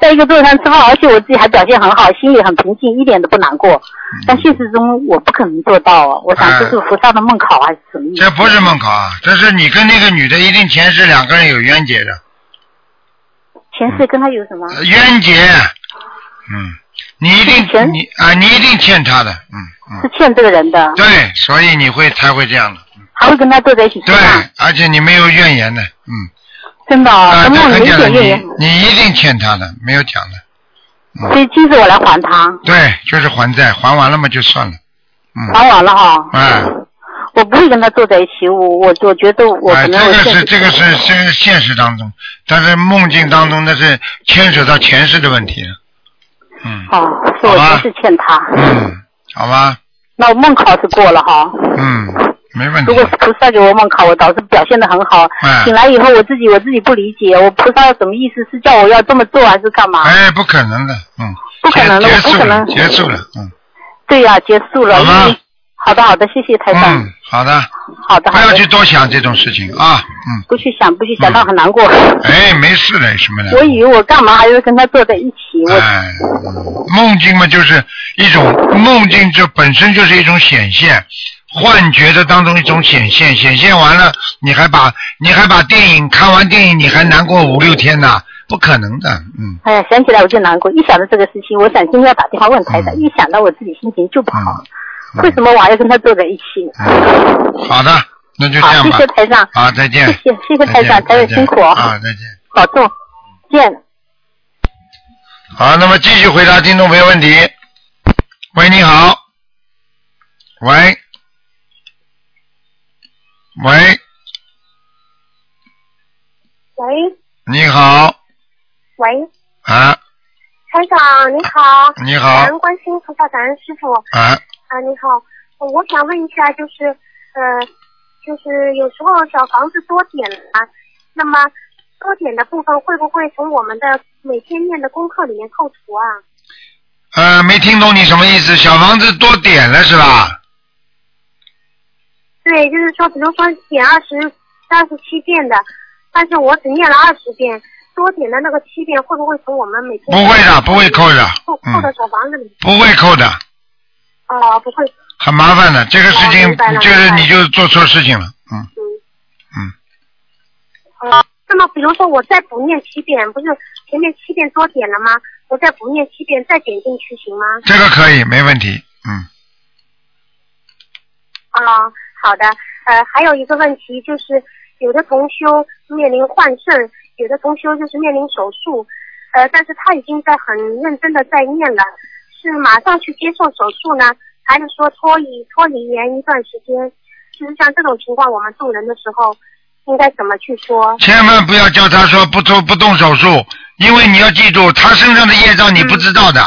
在一个桌子上吃饭，而且我自己还表现很好，心里很平静，一点都不难过。
嗯
但现实中我不可能做到啊！我想这是菩萨的梦考还是什么意思？
这不是梦考啊，这是你跟那个女的一定前世两个人有冤结的，
前世跟他有什么？
呃冤结，嗯，你一定
以前
你啊，你一定欠她的，嗯
是
嗯，
欠这个人的，
对，所以你会才会这样的，
还会跟他坐在一起吃
对
饭，，
而且你没有怨言的，嗯，
真的嗯啊，
啊，
跟
这
梦
很
里一
简单，
点
你
怨言，
你一定欠她的，没有讲的，嗯
所以今次我来还他，
对，就是还债，还完了嘛就算了，嗯，
还完了哈。
哎。
嗯我不会跟他坐在一起，我我我觉得我
哎，
可
这
能我
个
现
是
实
这个是这个是现实当中，但是梦境当中那是牵扯到前世的问题了。嗯
哦，是
好
我
吧
前世欠他。
嗯，好吧，
那我梦考是过了哈。
嗯，没问题
如。果是菩萨给我梦考，我倒是表现的很好。
哎
醒来以后，我自己我自己不理解，我菩萨什么意思？是叫我要这么做还是干嘛？
哎，不可能的，嗯，
不可能的
结
我不
结束
可
了，
能
结束了，嗯
对呀、结束了。
好吗
因为好的，好的，谢谢台长。
嗯，好的，
好的，
不
好
要
的
去。多想这种事情啊，嗯，
不去想，不去
嗯
想，他很难过。
哎，没事的，有什么的。
我以为我干嘛还要跟他坐在一起？我、
哎，嗯梦境嘛，就是一种梦境，这本身就是一种显现，幻觉的当中一种显现。显现完了，你还把你还把电影看完电影，你还难过五六天呢、不可能的，嗯
哎呀，想起来我就难过。一想到这个事情，我想今天要打电话问台长，
嗯
一想到我自己心情就不好。
嗯嗯
为什么我还要跟他坐在一起呢？
嗯，好的，那就这
好，
样
谢
吧
谢，台长，
啊，再见，
谢谢谢谢台
再
长，
见
台长辛苦哦，
啊，再见。
保重，见。
好，那么继续回答听众朋友问题。喂，你好。喂。喂，
喂
你好。
喂，
啊，
台长你好，
你
感
好。
恩观世音菩萨，感恩师傅
啊，
啊，你好，我想问一下，就是呃，就是有时候小房子多点了，那么
啊多点的部分会不会从我们的每天念的功课里面扣除啊？
呃，没听懂你什么意思？小房子多点了是吧？
对，就是说，比如说点二十三十七遍的，但是我只念了二十遍，多点的那个七遍会不会从我们每天
不会的，不会扣的，嗯
扣扣到小房子里？
不会扣的，
哦，不会。
很麻烦的。这个事
哦
情
明白了
就是
明白了
你就做错事情了，嗯嗯，
哦，那么比如说我再不念七遍，不是前面七遍多点了吗？我再不念七遍，再点进去行吗？
这个可以，没问题，嗯。
啊、好的。呃，还有一个问题就是，有的同修面临换肾，有的同修就是面临手术，呃，但是他已经在很认真的在念了，是马上去接受手术呢，还是说拖一拖一延一段时间？就是像这种情况，我们渡人的时候应该怎么去说？
千万不要叫他说不做不动手术，因为你要记住，他身上的业障你不知道的。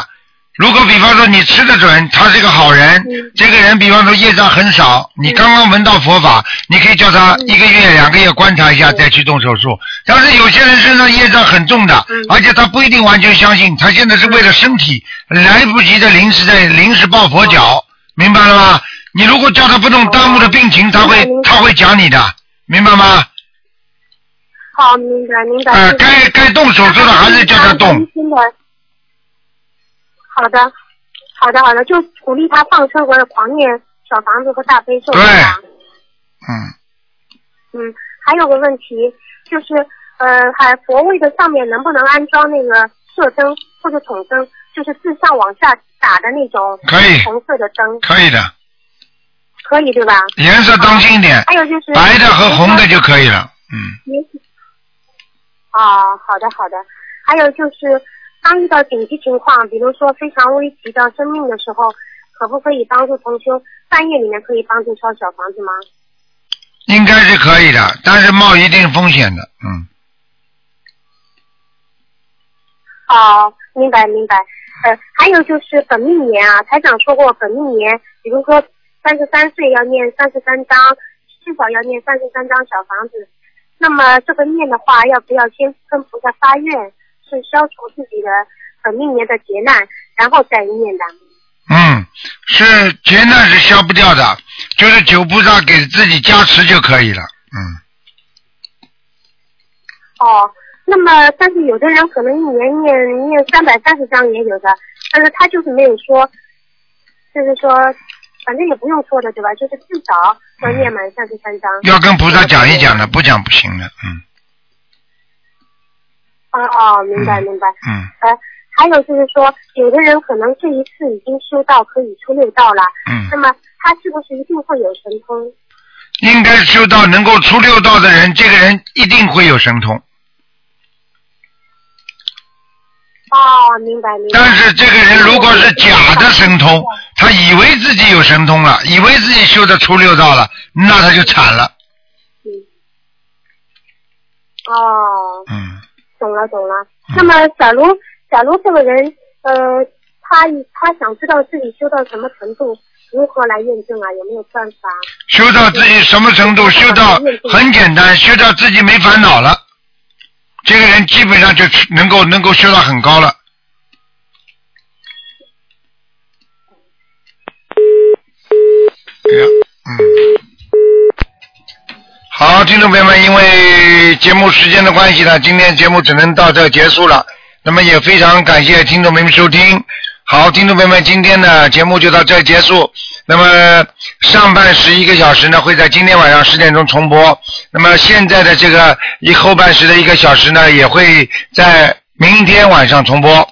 如果比方说你吃得准，他是个好人，这个人比方说业障很少，你刚刚闻到佛法，你可以叫他一个月、两个月观察一下再去动手术。但是有些人身上业障很重的，而且他不一定完全相信，他现在是为了身体，来不及的临时在临时抱佛脚，明白了吗？你如果叫他不动耽误了病情，他会他会讲你的，明白吗？
好，明白明白。
呃
谢谢
该该动手术的还是叫他动
担心的。好的，好的，好的，就鼓励他放生或者狂念小房子和大悲咒。
对
是吧
嗯。
嗯，还有个问题就是，呃，还佛位的上面能不能安装那个射灯或者筒灯，就是自上往下打的那种
可以
红色的灯，
可以的，
可以对吧？
颜色当心一点，
还有就是
白的和红的就可以了。
也许啊，好的好的。还有就是，当遇到紧急情况，比如说非常危及到生命的时候，可不可以帮助同修？半夜里面可以帮助烧小房子吗？
应该是可以的，但是冒一定风险的。嗯，
哦，明白明白。呃，还有就是本命年啊，台长说过本命年，比如说三十三岁要念三十三章，至少要念三十三章小房子。那么这个念的话，要不要先跟菩萨发愿，是消除自己的本命年的劫难，然后再念的？
嗯，是劫难是消不掉的，就是九菩萨给自己加持就可以了。嗯，
哦，那么但是有的人可能一年念念三百三十章也有的，但是他就是没有说，就是说，反正也不用说的对吧？就是至少要念满三十三章。
嗯要跟菩萨讲一讲的，不讲不行的。嗯
哦哦，明白明白。
嗯
呃，还有就是说，有的人可能这一次已经修到可以出六道了，
嗯
那，么他是不是一定会有神通？
应该修到能够出六道的人，这个人一定会有神通。
哦，明白明白。
但是这个人如果是假的神通，他以为自己有神通了，以为自己修的出六道了，那他就惨了。
哦，
嗯，
懂了懂了。那么，假如假如这个人，呃，他他想知道自己修到什么程度，如何来验证啊？有没有办法？
修到自己什么程度？修到很简单，修到自己没烦恼了，这个人基本上就能够能够修到很高了。哎呀，嗯。好，听众朋友们，因为节目时间的关系呢，今天节目只能到这儿结束了。那么也非常感谢听众朋友们收听。好，听众朋友们，今天呢节目就到这儿结束。那么上半时一个小时呢会在今天晚上十点钟重播。那么现在的这个一后半时的一个小时呢也会在明天晚上重播。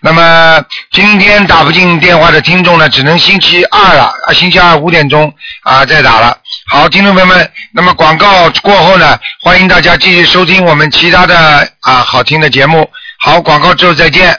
那么今天打不进电话的听众呢，只能星期二了，啊，星期二五点钟啊再打了。好，听众朋友们，那么广告过后呢，欢迎大家继续收听我们其他的啊好听的节目。好，广告之后再见。